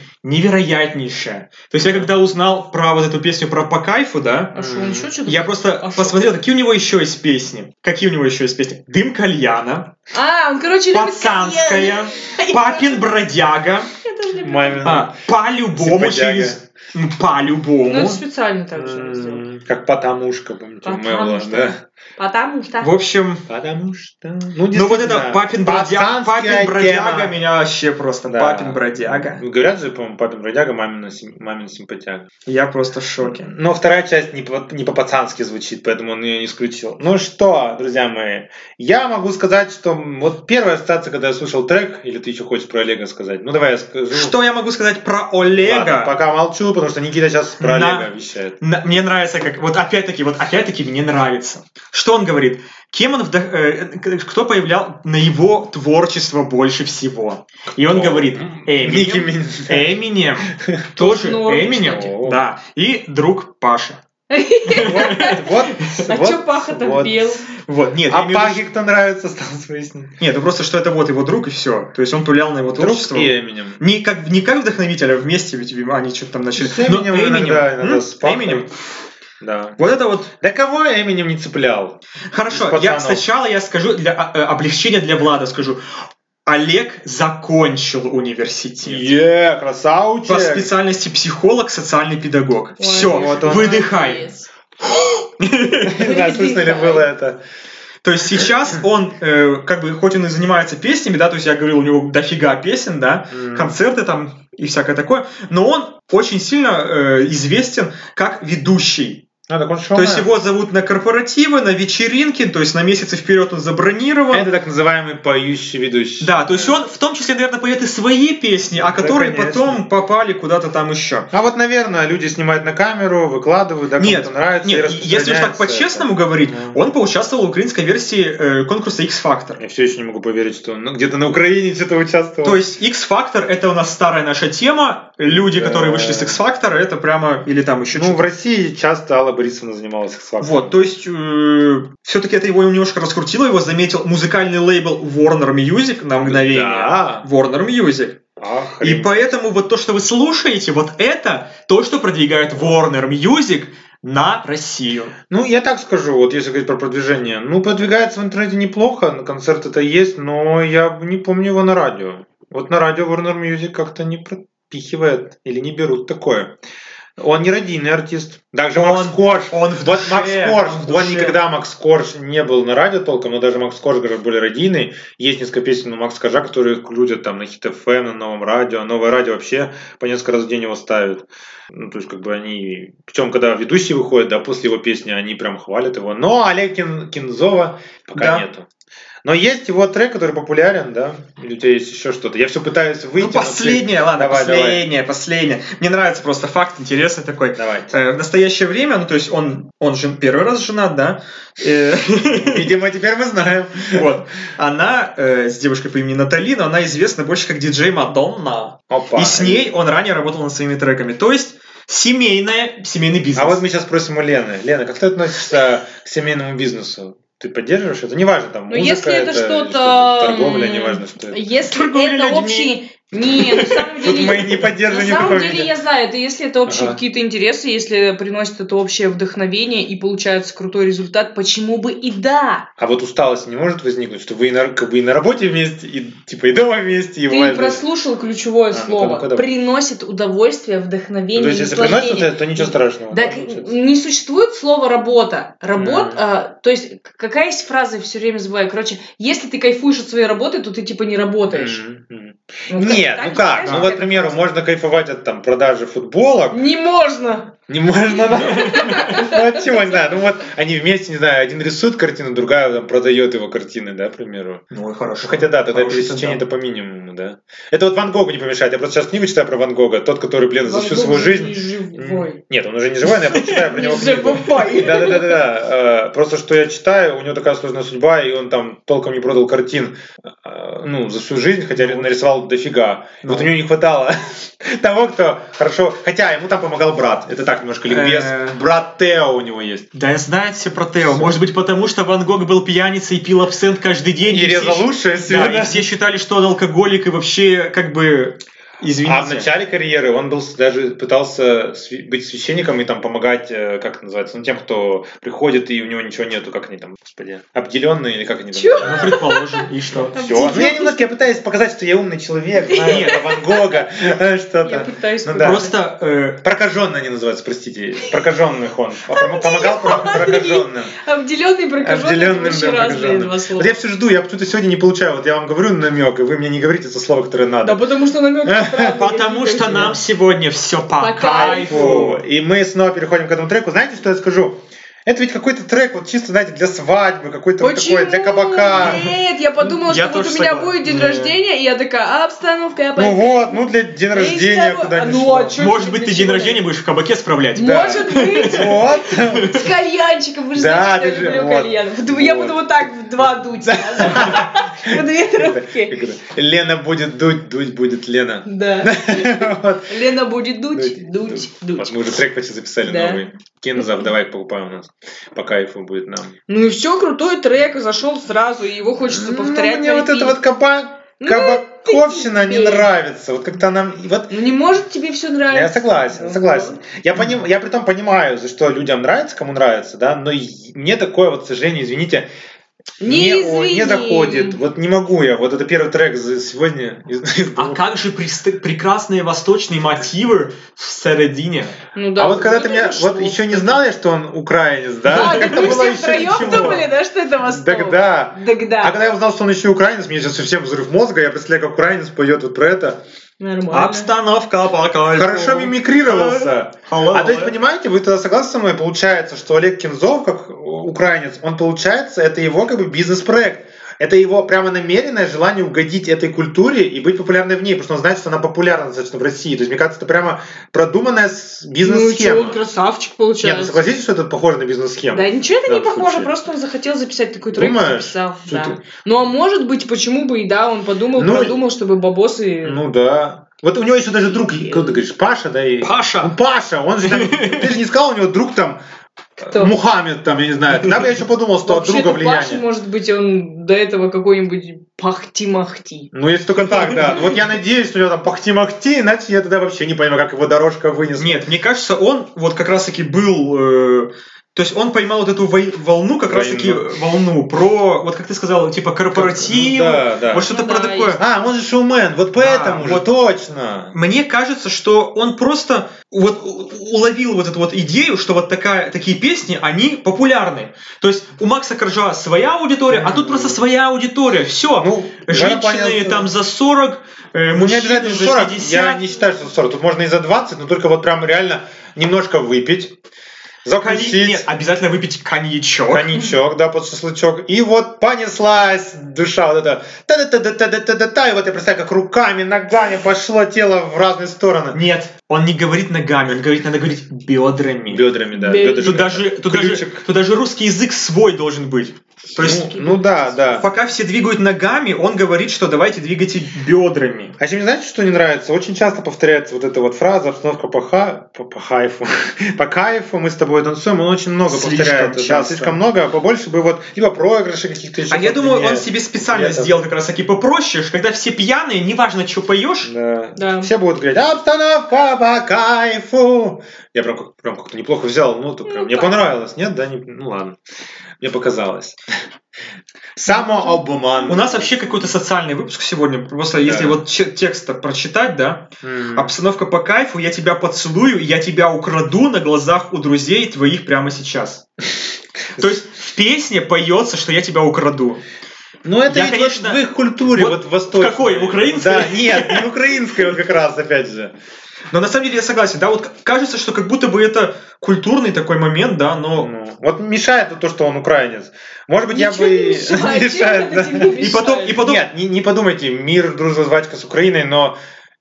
Speaker 2: невероятнейшее. То есть я когда узнал про вот эту песню про по кайфу, да,
Speaker 3: А что, он еще что-то?
Speaker 2: я просто
Speaker 3: А что?
Speaker 2: посмотрел, какие у него еще есть песни. Какие у него еще есть песни? Дым кальяна,
Speaker 3: А, он, короче, любит
Speaker 2: пацанская,
Speaker 3: кальян.
Speaker 2: папин бродяга,
Speaker 3: Я тоже люблю.
Speaker 1: Мамин.
Speaker 2: а, по-любому
Speaker 1: Симпатяга.
Speaker 2: через... ну,
Speaker 3: Ну,
Speaker 2: По-любому.
Speaker 3: это специально так
Speaker 1: э,
Speaker 3: же сделано. А
Speaker 1: М, Как «Потому-шка», помните, у
Speaker 3: Потому
Speaker 1: Мэвла,
Speaker 3: что.
Speaker 1: да?
Speaker 3: Потому что...
Speaker 2: В общем,
Speaker 1: Потому что...
Speaker 2: ну вот
Speaker 1: действительно,
Speaker 2: это папин бродяга,
Speaker 1: пацанская
Speaker 2: папин
Speaker 1: тема.
Speaker 2: бродяга меня вообще просто
Speaker 1: Да.
Speaker 2: папин бродяга.
Speaker 1: Ну, Говорят же, по-моему, папин бродяга, мамин, мамин симпатяк.
Speaker 2: Я просто в шоке.
Speaker 1: Но вторая часть не, по- не по-пацански звучит, поэтому он ее не скрутил. Ну что, друзья мои, я могу сказать, что м, вот первая ассоциация, когда я слушал трек, или ты еще хочешь про Олега сказать? Ну давай я скажу.
Speaker 2: Что я могу сказать про
Speaker 1: Ладно,
Speaker 2: Олега?
Speaker 1: пока молчу, потому что Никита сейчас про
Speaker 2: На-
Speaker 1: Олега вещает.
Speaker 2: На- Мне нравится, как вот опять-таки, вот опять-таки мне нравится. Что он говорит? Кем он вдох- э, э, кто повлиял на его творчество больше всего? И он
Speaker 1: О,
Speaker 2: говорит,
Speaker 1: м, Ники
Speaker 2: Эминем,
Speaker 1: Мин-
Speaker 2: Эминем, тоже
Speaker 3: Норм,
Speaker 1: кстати.
Speaker 2: Эминем, да, и друг Паша.
Speaker 1: Вот,
Speaker 3: А
Speaker 1: вот,
Speaker 3: чё Паха там
Speaker 1: вот.
Speaker 3: пел?
Speaker 2: Вот, нет, я
Speaker 1: А
Speaker 2: имею в виду,
Speaker 1: Пахе кто нравится, стал выяснить.
Speaker 2: что- нет, ну просто что это вот его друг и все. То есть он повлиял на его
Speaker 1: Друг
Speaker 2: творчество.
Speaker 1: и Эминем.
Speaker 2: Не как, не как вдохновитель, а вместе ведь видимо, они что-то там начали.
Speaker 1: С Эминем
Speaker 2: Но
Speaker 1: иногда,
Speaker 2: Ну, Эминем,
Speaker 1: иногда
Speaker 2: м,
Speaker 1: с Пахой.
Speaker 2: Эминем.
Speaker 1: Да.
Speaker 2: Вот это вот
Speaker 1: Да кого Эминем не цеплял?
Speaker 2: Хорошо,
Speaker 1: Из
Speaker 2: я
Speaker 1: пацанов.
Speaker 2: сначала я скажу для а, э, облегчения для Влада скажу. Олег закончил университет.
Speaker 1: Е, красавчик!
Speaker 2: По специальности психолог, социальный педагог.
Speaker 3: Ой,
Speaker 2: Все,
Speaker 1: вот он.
Speaker 2: выдыхай.
Speaker 3: молодец.
Speaker 1: Не знаю, слышно ли было это.
Speaker 2: То есть сейчас он, э, как бы, хоть он и занимается песнями, да, то есть я говорил, у него дофига песен, да, концерты там и всякое такое, но он очень сильно э, известен как ведущий.
Speaker 1: А, так он
Speaker 2: То есть его зовут на корпоративы, на вечеринки, то есть на месяцы вперед он забронирован.
Speaker 1: Это так называемый поющий ведущий.
Speaker 2: Да, то есть он в том числе, наверное, поет и свои песни,
Speaker 1: Да,
Speaker 2: а которые
Speaker 1: конечно.
Speaker 2: потом попали куда-то там еще.
Speaker 1: А вот, наверное, люди снимают на камеру, выкладывают, да,
Speaker 2: Нет,
Speaker 1: кому-то нравится. и
Speaker 2: Нет, и если уж так
Speaker 1: распространяется
Speaker 2: по-честному говорить,
Speaker 1: Мгм.
Speaker 2: он поучаствовал в украинской версии э, конкурса
Speaker 1: это.
Speaker 2: X-Factor.
Speaker 1: Я все еще не могу поверить, что он ну, где-то на Украине что-то участвовал.
Speaker 2: То есть X-Factor это у нас старая наша тема. Люди,
Speaker 1: Да.
Speaker 2: которые вышли с X-Factor, это прямо или там еще
Speaker 1: ну, в России часто Алла Борисовна занималась сексуалом.
Speaker 2: Вот, то есть все-таки это его немножко раскрутило, его заметил музыкальный лейбл Warner Music на мгновение. а?
Speaker 1: Да.
Speaker 2: Warner Music.
Speaker 1: Ах,
Speaker 2: И поэтому вот то, что вы слушаете, вот это то, что продвигает Warner Music на Россию.
Speaker 1: Ну, я так скажу, вот если говорить про продвижение. Ну, продвигается в интернете неплохо, на концерт это есть, но я не помню его на радио. Вот на радио Warner Music как-то не пропихивает или не берут такое. Он не родийный артист. Даже Макс
Speaker 2: Он-
Speaker 1: Корж.
Speaker 2: Он в
Speaker 1: Вот
Speaker 2: душе,
Speaker 1: Макс Корж, он, никогда Макс Корж не был на радио толком, но даже Макс Корж гораздо более родийный. Есть несколько песен у Макса Коржа, которые крутят там на хит FM, на новом радио. Новое радио вообще по несколько раз в день его ставят. Ну, то есть, как бы они... Причем, когда ведущие выходят, да, после его песни, они прям хвалят его. Но Олег Кин- Кинзова пока
Speaker 2: Да.
Speaker 1: нету. Но есть его трек, который популярен, да? Или у тебя есть еще что-то? Я все пытаюсь выйти.
Speaker 2: Ну,
Speaker 1: но ты-
Speaker 2: последнее, ладно,
Speaker 1: Давай, давай.
Speaker 2: последнее, последнее. Мне нравится просто факт интересный такой.
Speaker 1: Давай.
Speaker 2: Э, В настоящее время, ну, то есть он, он же первый раз женат, да? Э,
Speaker 1: Видимо, теперь мы знаем.
Speaker 2: Вот. Она э, с девушкой по имени Натали, но она известна больше как диджей Мадонна.
Speaker 1: Опа.
Speaker 2: И с ней он ранее работал над своими треками. То есть семейная, семейный бизнес.
Speaker 1: А вот мы сейчас просим у Лены. Лена, как ты относишься к семейному бизнесу? Ты поддерживаешь это? Неважно, там,
Speaker 3: Ну,
Speaker 1: музыка
Speaker 3: если это
Speaker 1: или
Speaker 3: что-то,
Speaker 1: торговля,
Speaker 3: м,
Speaker 1: неважно, что это.
Speaker 3: Если
Speaker 2: Торговля
Speaker 3: это
Speaker 2: людьми.
Speaker 3: общие... Не, на самом
Speaker 1: Тут
Speaker 3: деле...
Speaker 1: мы не
Speaker 3: На
Speaker 1: поддерживаем ни в
Speaker 3: самом
Speaker 1: каком
Speaker 3: деле
Speaker 1: виде.
Speaker 3: я знаю, это если это общие
Speaker 1: Ага.
Speaker 3: какие-то интересы, если приносит это общее вдохновение и получается крутой результат, почему бы и да?
Speaker 1: А вот усталость не может возникнуть, что вы и на, как бы и на работе вместе, и типа и дома вместе, и в
Speaker 3: Ты
Speaker 1: вальсе.
Speaker 3: прослушал ключевое
Speaker 1: А, ну-ка,
Speaker 3: слово.
Speaker 1: ну-ка, давай.
Speaker 3: приносит удовольствие, вдохновение.
Speaker 1: Ну, то есть, если
Speaker 3: наслаждение.
Speaker 1: приносит, это, то ничего страшного.
Speaker 3: Так
Speaker 1: Ну, да, получается.
Speaker 3: не существует слова работа. Работа, а,
Speaker 1: Мгм.
Speaker 3: то есть к- какая есть фраза, я все время забываю. Короче, если ты кайфуешь от своей работы, то ты типа не работаешь.
Speaker 1: М, м.
Speaker 3: Вот как-
Speaker 1: Нет,
Speaker 3: так
Speaker 1: ну как?
Speaker 3: же, знаешь,
Speaker 1: Ну
Speaker 3: как
Speaker 1: вот, к
Speaker 3: это
Speaker 1: примеру,
Speaker 3: просто?
Speaker 1: можно кайфовать от там продажи футболок,
Speaker 3: Не можно.
Speaker 1: Не можно, да? Ну, от чего, не знаю. Ну, вот они вместе, не знаю, один рисует картину, другая там продает его картины, да, к примеру.
Speaker 2: Ну, и
Speaker 1: Ну,
Speaker 2: хорошо.
Speaker 1: хотя да, тогда
Speaker 2: Хороший
Speaker 1: пересечение это
Speaker 2: сигнал.
Speaker 1: по минимуму, да. Это вот Ван Гогу не помешает. Я просто сейчас книгу читаю про Ван Гога, тот, который, блин, за
Speaker 3: Ван
Speaker 1: всю
Speaker 3: Гог
Speaker 1: свою
Speaker 3: же
Speaker 1: жизнь...
Speaker 3: не живой.
Speaker 1: М, Нет, он уже не живой, но я просто читаю про него
Speaker 3: Не
Speaker 1: книгу.
Speaker 3: живой.
Speaker 1: Да, да, да, да, да. Просто что я читаю, у него такая сложная судьба, и он там толком не продал картин, э, ну, за всю жизнь, хотя нарисовал дофига. И Вот
Speaker 2: Ну.
Speaker 1: у него не хватало того, кто хорошо. Хотя ему там помогал брат. Это так так, немножко ликбез.
Speaker 2: Э.
Speaker 1: Брат Тео у него есть.
Speaker 2: Да, знает все про Тео. Может быть, потому что Ван Гог был пьяницей и пил абсент каждый день.
Speaker 1: И
Speaker 2: все
Speaker 1: резал
Speaker 2: щ-
Speaker 1: лучшее
Speaker 2: Да, и
Speaker 1: сегодня.
Speaker 2: все считали, что он алкоголик и вообще, как бы, извините.
Speaker 1: А в начале карьеры он был с- даже пытался сви- быть священником и там помогать, э, как это называется, ну, тем, кто приходит и у него ничего нету, как они там, господи, обделенные или как они там.
Speaker 3: Чё?
Speaker 2: Ну, предположим, и что?
Speaker 1: Все. Ну, я немножко я пытаюсь показать, что я умный человек, знаю
Speaker 2: Нет.
Speaker 1: про Ван Гога, э,
Speaker 3: Я
Speaker 1: что-то.
Speaker 3: пытаюсь
Speaker 1: Ну да.
Speaker 3: просто...
Speaker 2: Просто э,
Speaker 1: Прокаженные они называются, простите. Прокаженных он. Пом- Помогал про- прокаженным.
Speaker 3: Обделенный и прокаженный.
Speaker 1: Обделенным,
Speaker 3: это очень
Speaker 1: да,
Speaker 3: разные
Speaker 1: прокаженным.
Speaker 3: два слова.
Speaker 1: Вот я все жду, я почему-то сегодня не получаю. Вот я вам говорю намек, и вы мне не говорите то слово, которое
Speaker 3: Да
Speaker 1: надо.
Speaker 3: потому что намек
Speaker 2: потому что нам сегодня все
Speaker 3: По
Speaker 2: по
Speaker 3: кайфу.
Speaker 2: кайфу.
Speaker 1: Фу. И мы снова переходим к этому треку. Знаете, что я скажу? Это ведь какой-то трек, вот чисто, знаете, для свадьбы, какой-то вот
Speaker 3: Почему?
Speaker 1: такой, для кабака.
Speaker 3: Нет, я подумала,
Speaker 2: Я
Speaker 3: что вот у
Speaker 2: тоже
Speaker 3: меня
Speaker 2: согласен.
Speaker 3: будет день
Speaker 2: Нет.
Speaker 3: рождения, и я такая, обстановка,
Speaker 1: Ну вот, ну для день рождения куда ни
Speaker 3: Ну, а
Speaker 1: шло.
Speaker 3: чё
Speaker 2: Может
Speaker 3: ты
Speaker 2: быть, ты
Speaker 3: для
Speaker 2: день
Speaker 3: чего?
Speaker 2: рождения будешь в кабаке справлять?
Speaker 1: да.
Speaker 3: Может быть,
Speaker 1: Вот.
Speaker 3: с кальянчиком, вы же
Speaker 1: Да,
Speaker 3: знаете,
Speaker 1: ты
Speaker 3: что я
Speaker 1: же-
Speaker 3: люблю
Speaker 1: вот.
Speaker 3: кальян. Буду- Я
Speaker 1: Вот.
Speaker 3: буду вот так в два дуть сразу. По две трубки.
Speaker 1: Как это? Лена будет дуть, дуть будет Лена.
Speaker 3: Да.
Speaker 1: Вот.
Speaker 3: Лена будет
Speaker 1: Дуть,
Speaker 3: дуть, дуть,
Speaker 1: Вот
Speaker 3: дуть.
Speaker 1: мы уже трек почти записали
Speaker 3: Да.
Speaker 1: новый. Кинзов, давай покупай у нас. По кайфу будет нам.
Speaker 3: Ну и все, крутой трек, зашел сразу, и его хочется
Speaker 1: Ну,
Speaker 3: повторять.
Speaker 1: Мне вот
Speaker 3: на
Speaker 1: это
Speaker 3: repeat.
Speaker 1: вот кабак,
Speaker 3: Ну,
Speaker 1: кабаковщина не
Speaker 3: ты-
Speaker 1: нравится. Вот как-то она... и Вот
Speaker 3: Ну не может тебе все нравиться.
Speaker 1: я согласен,
Speaker 3: Ну,
Speaker 1: согласен. Я, поним, я притом понимаю, за что людям нравится, кому нравится, да, но и мне такое вот, к сожалению, извините,
Speaker 3: Не,
Speaker 1: не, о- не
Speaker 3: извини.
Speaker 1: заходит. Вот не могу я. Вот это первый трек за сегодня. из- из
Speaker 2: А
Speaker 1: двух.
Speaker 2: как же прест- прекрасные восточные мотивы в середине?
Speaker 3: Ну да.
Speaker 1: А вот когда ты меня...
Speaker 3: хорошо.
Speaker 1: Вот еще не знал я, что он украинец, да?
Speaker 3: Да, так
Speaker 1: Как-то
Speaker 3: мы
Speaker 1: было
Speaker 3: все
Speaker 1: еще
Speaker 3: втроем
Speaker 1: ничего.
Speaker 3: думали, да, что это Восток.
Speaker 1: Так да.
Speaker 3: Тогда.
Speaker 1: А когда я узнал, что он еще и украинец, мне сейчас совсем взрыв мозга, я представляю, как украинец поет вот про это.
Speaker 3: Нормально. Ну
Speaker 2: Обстановка по кайфу.
Speaker 1: Хорошо мимикрировался.
Speaker 2: Hello.
Speaker 1: А то есть, понимаете, вы тогда согласны со мной, получается, что Олег Кинзов, как украинец, он получается, это его как бы бизнес-проект. Это его прямо намеренное желание угодить этой культуре и быть популярной в ней, потому что он знает, что она популярна достаточно в России. То есть, мне кажется, это прямо продуманная с-
Speaker 3: Ну чё,
Speaker 1: бизнес-схема.
Speaker 3: он красавчик
Speaker 1: Нет, ну
Speaker 3: получается.
Speaker 1: согласитесь, что это похоже на бизнес-схему?
Speaker 3: да, ничего это
Speaker 1: Да,
Speaker 3: не
Speaker 1: в
Speaker 3: похоже,
Speaker 1: случае.
Speaker 3: просто он захотел записать такой трек, и
Speaker 1: Думаешь?
Speaker 3: записал.
Speaker 1: Что
Speaker 3: Да.
Speaker 1: ты-
Speaker 3: Ну а может быть, почему бы и да, он подумал,
Speaker 1: Ну,
Speaker 3: продумал, чтобы бабосы...
Speaker 1: Ну да. Вот у него еще даже друг, кто ты говоришь, Паша, да и... Ну,
Speaker 2: Паша.
Speaker 1: Паша, он же там, ты же не сказал, у него друг там э,
Speaker 3: Кто?
Speaker 1: Мухаммед, там, я не знаю. Тогда бы я еще подумал, что от
Speaker 3: Вообще-то
Speaker 1: друга
Speaker 3: Паша,
Speaker 1: влияние.
Speaker 3: может быть, он до этого какой-нибудь пахти-махти.
Speaker 1: Ну, если только так, да. Ну, Вот я надеюсь, что у него там пахти-махти, иначе я тогда вообще не понимаю, как его дорожка вынесла.
Speaker 2: Нет, мне кажется, он вот как раз-таки был... э, то есть он поймал вот эту вой- волну, как
Speaker 1: Войну.
Speaker 2: раз-таки волну про, вот как ты сказал, типа
Speaker 1: Ну,
Speaker 2: корпоратив,
Speaker 1: да, да.
Speaker 2: вот что-то
Speaker 3: Ну
Speaker 2: про
Speaker 3: да,
Speaker 2: такое.
Speaker 1: А, он же шоумен, вот поэтому
Speaker 2: Да,
Speaker 1: же,
Speaker 2: вот.
Speaker 1: точно.
Speaker 2: Мне кажется, что он просто вот у- уловил вот эту вот идею, что вот такая, такие песни, они популярны. То есть у Макса Коржа своя аудитория, а тут просто своя аудитория. Все.
Speaker 1: Ну, в этом плане-
Speaker 2: Женщины там за 40, э,
Speaker 1: Ну, не
Speaker 2: мужчины
Speaker 1: обязательно
Speaker 2: за
Speaker 1: 40,
Speaker 2: 60.
Speaker 1: я не считаю, что 40. Тут можно и за 20, но только вот прям реально немножко выпить,
Speaker 2: Конь-
Speaker 1: закусить.
Speaker 2: Нет, а- обязательно выпить коньячок.
Speaker 1: Коньячок, да, под шашлычок. И вот понеслась душа вот эта. Та-да-та-да-та-да-та-да-та. И вот я представляю, как руками, ногами пошло тело в разные стороны.
Speaker 2: Нет, он не говорит ногами, он говорит, надо говорить бедрами.
Speaker 1: Бедрами, да.
Speaker 3: Бе-
Speaker 1: бедрышко.
Speaker 2: Тут даже, тут, даже,
Speaker 1: Ключик.
Speaker 2: тут даже русский язык свой должен быть. То есть,
Speaker 1: Ну, ну да, да.
Speaker 2: пока все двигают ногами, он говорит, что давайте двигайте бедрами.
Speaker 1: А еще мне знаете, что не нравится? Очень часто повторяется вот эта вот фраза «обстановка по, ха... по, по хайфу». по кайфу мы с тобой танцуем, он очень много
Speaker 2: Слишком
Speaker 1: повторяет. Да,
Speaker 2: часто.
Speaker 1: слишком много, а побольше бы вот либо проигрыши каких-то еще.
Speaker 2: А я думаю, он
Speaker 1: подлиннее.
Speaker 2: себе специально
Speaker 1: Лето.
Speaker 2: сделал как раз таки попроще, что когда все пьяные, неважно, что поешь,
Speaker 1: Да.
Speaker 3: Да.
Speaker 1: Все будут говорить, обстановка по кайфу. Я прям, как- прям как-то неплохо взял ноту. Прям.
Speaker 3: Ну,
Speaker 1: Мне
Speaker 3: так.
Speaker 1: понравилось, нет? Да, не... ну ладно. Мне показалось. Самообман.
Speaker 2: у нас вообще какой-то социальный выпуск сегодня. Просто если вот че- текст так прочитать, да,
Speaker 1: М.
Speaker 2: обстановка по кайфу, я тебя поцелую, я тебя украду на глазах у друзей твоих прямо сейчас. То есть в песне поется, что я тебя украду.
Speaker 1: Ну это
Speaker 2: Я,
Speaker 1: ведь
Speaker 2: конечно,
Speaker 1: вот в их культуре,
Speaker 2: вот
Speaker 1: вот, восточной.
Speaker 2: какой, в украинской?
Speaker 1: Да, нет, не в украинской вот как раз, опять же.
Speaker 2: Но на самом деле я согласен, да, вот к- кажется, что как будто бы это культурный такой момент, да, но...
Speaker 1: Ну, вот мешает вот то, что он украинец. Может быть, я
Speaker 3: Ничего
Speaker 1: бы...
Speaker 3: не мешает, чем
Speaker 1: мешает,
Speaker 3: это
Speaker 1: да.
Speaker 3: тебе
Speaker 2: И потом, и
Speaker 3: мешает?
Speaker 2: потом,
Speaker 1: Нет, не, не подумайте, мир, дружба, жвачка с Украиной, но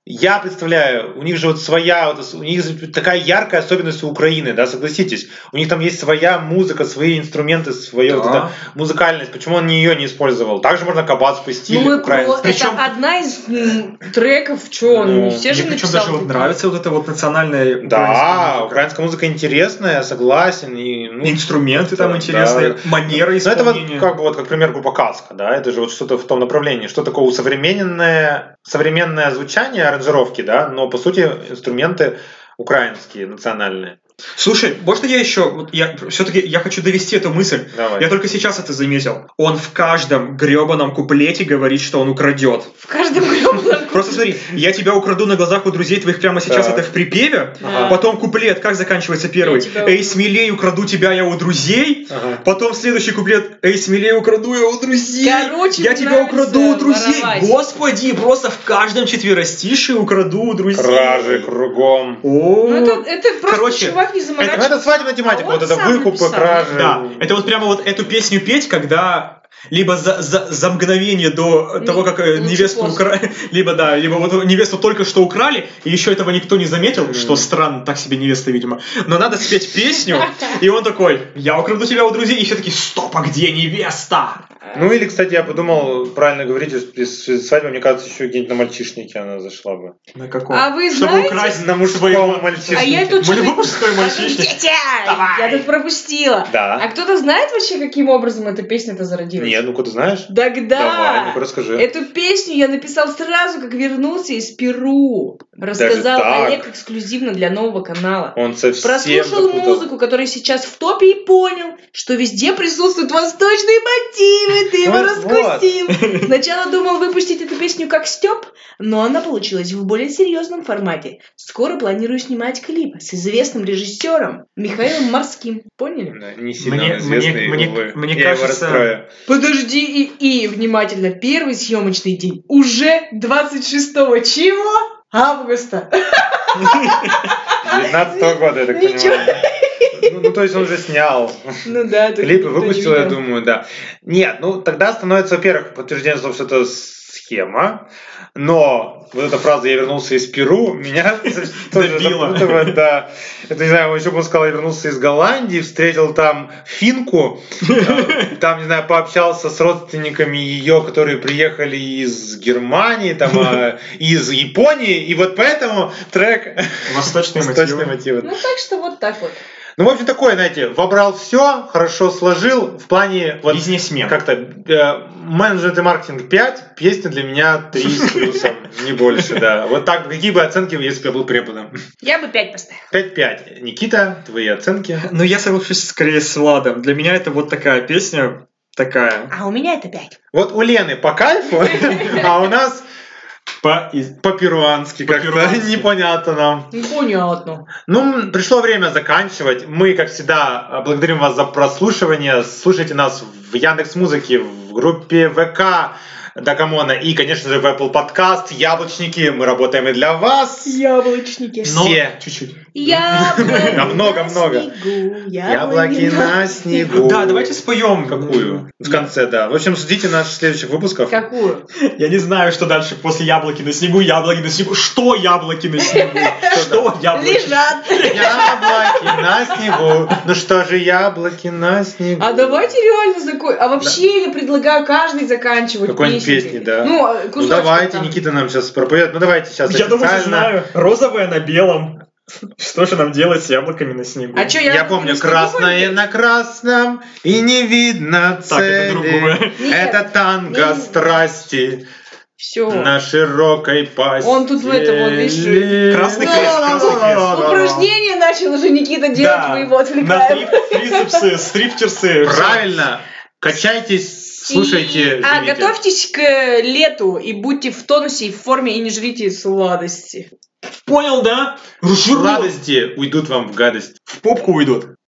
Speaker 1: я представляю, у них же вот своя, вот, у них такая яркая особенность у Украины, да, согласитесь. У них там есть своя музыка, свои инструменты, своя вот
Speaker 2: Да.
Speaker 1: эта музыкальность. Почему он ее не использовал? Также можно кабац по стилю
Speaker 3: Ну, и про-
Speaker 1: украинский.
Speaker 3: это
Speaker 2: Причем-
Speaker 3: одна из м, треков, что он, не
Speaker 1: Ну,
Speaker 3: все же
Speaker 2: Мне причем
Speaker 3: написал.
Speaker 2: даже вот нравится вот это вот национальная
Speaker 1: Да,
Speaker 2: украинская музыка.
Speaker 1: украинская музыка интересная, я согласен. И, ну,
Speaker 2: Инструменты там
Speaker 1: Да.
Speaker 2: интересные, манеры
Speaker 1: Но это вот
Speaker 2: исполнения.
Speaker 1: как, вот как пример группа Каска, да, это же вот что-то в том направлении, что такое усовремененное, современное звучание аранжировки, да, но по сути инструменты украинские, национальные.
Speaker 2: Слушай, можно я еще, вот я все-таки я хочу довести эту мысль.
Speaker 1: Давай.
Speaker 2: Я только сейчас это заметил. Он в каждом гребаном куплете говорит, что он украдет.
Speaker 3: В каждом грёбаном
Speaker 2: Просто смотри, я тебя украду на глазах у друзей твоих прямо сейчас,
Speaker 1: Так.
Speaker 2: это в припеве. а
Speaker 1: Ага.
Speaker 3: Да.
Speaker 2: Потом куплет, как заканчивается первый?
Speaker 3: Я тебя
Speaker 2: Эй,
Speaker 3: украду.
Speaker 2: смелей, украду тебя я у друзей.
Speaker 1: Ага.
Speaker 2: Потом следующий куплет. Эй, смелее украду я у друзей.
Speaker 3: Короче,
Speaker 2: я
Speaker 3: мне
Speaker 2: тебя
Speaker 3: нравится
Speaker 2: украду у друзей.
Speaker 3: воровать.
Speaker 2: Господи, просто в каждом четверостише украду у друзей.
Speaker 1: Кражи кругом.
Speaker 2: О,
Speaker 3: Ну, это, это просто
Speaker 2: Короче,
Speaker 3: чувак не
Speaker 1: Это, ну,
Speaker 3: заморачивается.
Speaker 1: это свадебная тематика,
Speaker 3: А он
Speaker 1: вот это
Speaker 3: сам
Speaker 1: выкупы,
Speaker 3: написал.
Speaker 1: кражи.
Speaker 2: да. Это вот прямо вот эту песню петь, когда либо за, за, за мгновение до
Speaker 3: Не-
Speaker 2: того, как э,
Speaker 3: лучше
Speaker 2: невесту
Speaker 3: после.
Speaker 2: украли, либо да, либо вот невесту только что украли, и еще этого никто не заметил,
Speaker 1: Мгм.
Speaker 2: что странно, так себе невеста, видимо. Но надо спеть песню, и он такой, я украду тебя у друзей, и все таки стоп, а где невеста?
Speaker 1: Ну или, кстати, я подумал, правильно говорите, из- из свадьбы, мне кажется, еще где-нибудь на мальчишнике она зашла бы.
Speaker 2: На каком?
Speaker 3: А вы
Speaker 2: Чтобы
Speaker 3: знаете...
Speaker 2: украсть
Speaker 1: На
Speaker 2: своего-
Speaker 1: мужском
Speaker 3: А
Speaker 1: мальчишнике.
Speaker 3: я тут
Speaker 2: Мы
Speaker 3: что-то-
Speaker 2: любой мужской мальчишник.
Speaker 3: Ответьте! Я
Speaker 2: Давай.
Speaker 3: тут пропустила. А
Speaker 1: Да.
Speaker 3: кто-то знает вообще, каким образом эта песня-то зародилась?
Speaker 1: Нет, ну-ка ты знаешь? Давай,
Speaker 3: Тогда
Speaker 1: ну-ка расскажи.
Speaker 3: эту песню я написал сразу, как вернулся из Перу. Рассказал
Speaker 1: так?
Speaker 3: Олег эксклюзивно для нового канала.
Speaker 1: Он совсем
Speaker 3: Прослушал
Speaker 1: запутал.
Speaker 3: музыку, которая сейчас в топе, и понял, что везде присутствуют восточные мотивы. Ты его
Speaker 1: Вот,
Speaker 3: раскусил. Сначала думал выпустить эту песню как Степ, но она получилась в более серьезном формате. Скоро планирую снимать клип с известным режиссером Михаилом Морским. Поняли?
Speaker 1: Да, Э, Не сильно
Speaker 2: Мне-
Speaker 1: он известный,
Speaker 2: мне- мне-
Speaker 1: увы.
Speaker 2: мне
Speaker 1: я его
Speaker 2: кажется-
Speaker 1: расстрою.
Speaker 3: Подожди и, и внимательно, первый съемочный день уже 26 чего? Августа.
Speaker 1: 19 года, я так
Speaker 3: Ничего.
Speaker 1: понимаю. Ну, ну, то есть он же снял.
Speaker 3: Ну да, только
Speaker 1: Клипы
Speaker 3: никто не
Speaker 1: выпустил, я
Speaker 3: видел.
Speaker 1: думаю, да. Нет, ну тогда становится, во-первых, подтверждение, того, что это схема, но вот эта фраза «я вернулся из Перу» меня тоже
Speaker 2: Добила.
Speaker 1: запутывает, да. Это, не знаю, еще бы он сказал, я вернулся из Голландии, встретил там финку, э, там, не знаю, пообщался с родственниками ее, которые приехали из Германии, там, э, из Японии, и вот поэтому трек
Speaker 2: Восточные
Speaker 1: «Восточные
Speaker 2: мотивы.
Speaker 1: мотивы».
Speaker 3: Ну так что вот так вот.
Speaker 1: Ну, в общем, такое, знаете, вобрал все, хорошо сложил, в плане вот
Speaker 2: Бизнесмен.
Speaker 1: как-то э, менеджмент и маркетинг 5, песня для меня 3 с плюсом, не больше, да. Вот так, какие бы оценки, если бы я был преподом?
Speaker 3: Я бы 5 поставила.
Speaker 1: 5-5. Никита, твои оценки?
Speaker 2: Но Ну, я соглашусь скорее с Владом. Для меня это вот такая песня, такая.
Speaker 3: А у меня это 5.
Speaker 1: Вот у Лены по кайфу, а у нас
Speaker 2: По... из-
Speaker 1: по-перуански как-то,
Speaker 2: По-перуански.
Speaker 1: непонятно нам.
Speaker 3: Понятно.
Speaker 1: Ну, м, пришло время заканчивать. Мы, как всегда, э, благодарим вас за прослушивание. Слушайте нас в Яндекс Музыке, в группе ВК Дакамона и, конечно же, в Apple Podcast, Яблочники. Мы работаем и для вас.
Speaker 3: Яблочники.
Speaker 1: Но- Все.
Speaker 2: Чуть-чуть.
Speaker 3: Яблоки
Speaker 1: Да много, много.
Speaker 3: снегу,
Speaker 1: Яблоки на снегу.
Speaker 2: Да, давайте споем.
Speaker 1: Какую? В конце, да. В общем, судите наших следующих выпусков.
Speaker 3: Какую?
Speaker 2: Я не знаю, что дальше после яблоки на снегу, яблоки на снегу. Что яблоки на снегу? Что яблоки?
Speaker 3: Лежат.
Speaker 1: Яблоки на снегу. Ну что же, яблоки на снегу.
Speaker 3: А давайте реально закон. А вообще я предлагаю каждый заканчивать
Speaker 1: Какой-нибудь
Speaker 3: песней.
Speaker 1: песни, да.
Speaker 3: Ну, а,
Speaker 1: Ну
Speaker 3: кусочком
Speaker 1: давайте,
Speaker 3: там.
Speaker 1: Никита нам сейчас проповедует. Ну давайте сейчас
Speaker 2: Я думаю, я
Speaker 1: официально.
Speaker 2: знаю. Розовое на белом. Что же нам делать с яблоками на снегу?
Speaker 3: А чё,
Speaker 1: Я,
Speaker 3: я...
Speaker 1: помню,
Speaker 3: не
Speaker 1: красное
Speaker 3: знаю,
Speaker 1: на красном, и не видно
Speaker 2: Так,
Speaker 1: цели.
Speaker 2: это другое.
Speaker 3: Нет,
Speaker 1: Это танго
Speaker 3: не-
Speaker 1: страсти
Speaker 3: Все.
Speaker 1: на широкой пасти.
Speaker 3: Он тут в этом, он, видишь,
Speaker 2: Красный крест, красный крест.
Speaker 3: Упражнение начал уже Никита делать,
Speaker 2: Да.
Speaker 3: мы его
Speaker 2: На
Speaker 3: отвлекаем.
Speaker 2: трип- трицепсы, стриптерсы.
Speaker 1: Правильно. Качайтесь, слушайте,
Speaker 3: И- а
Speaker 1: живите.
Speaker 3: готовьтесь к э, лету и будьте в тонусе и в форме, и не жрите сладости.
Speaker 2: Понял, да? Жрут.
Speaker 1: Радости уйдут вам в гадость.
Speaker 2: В попку уйдут.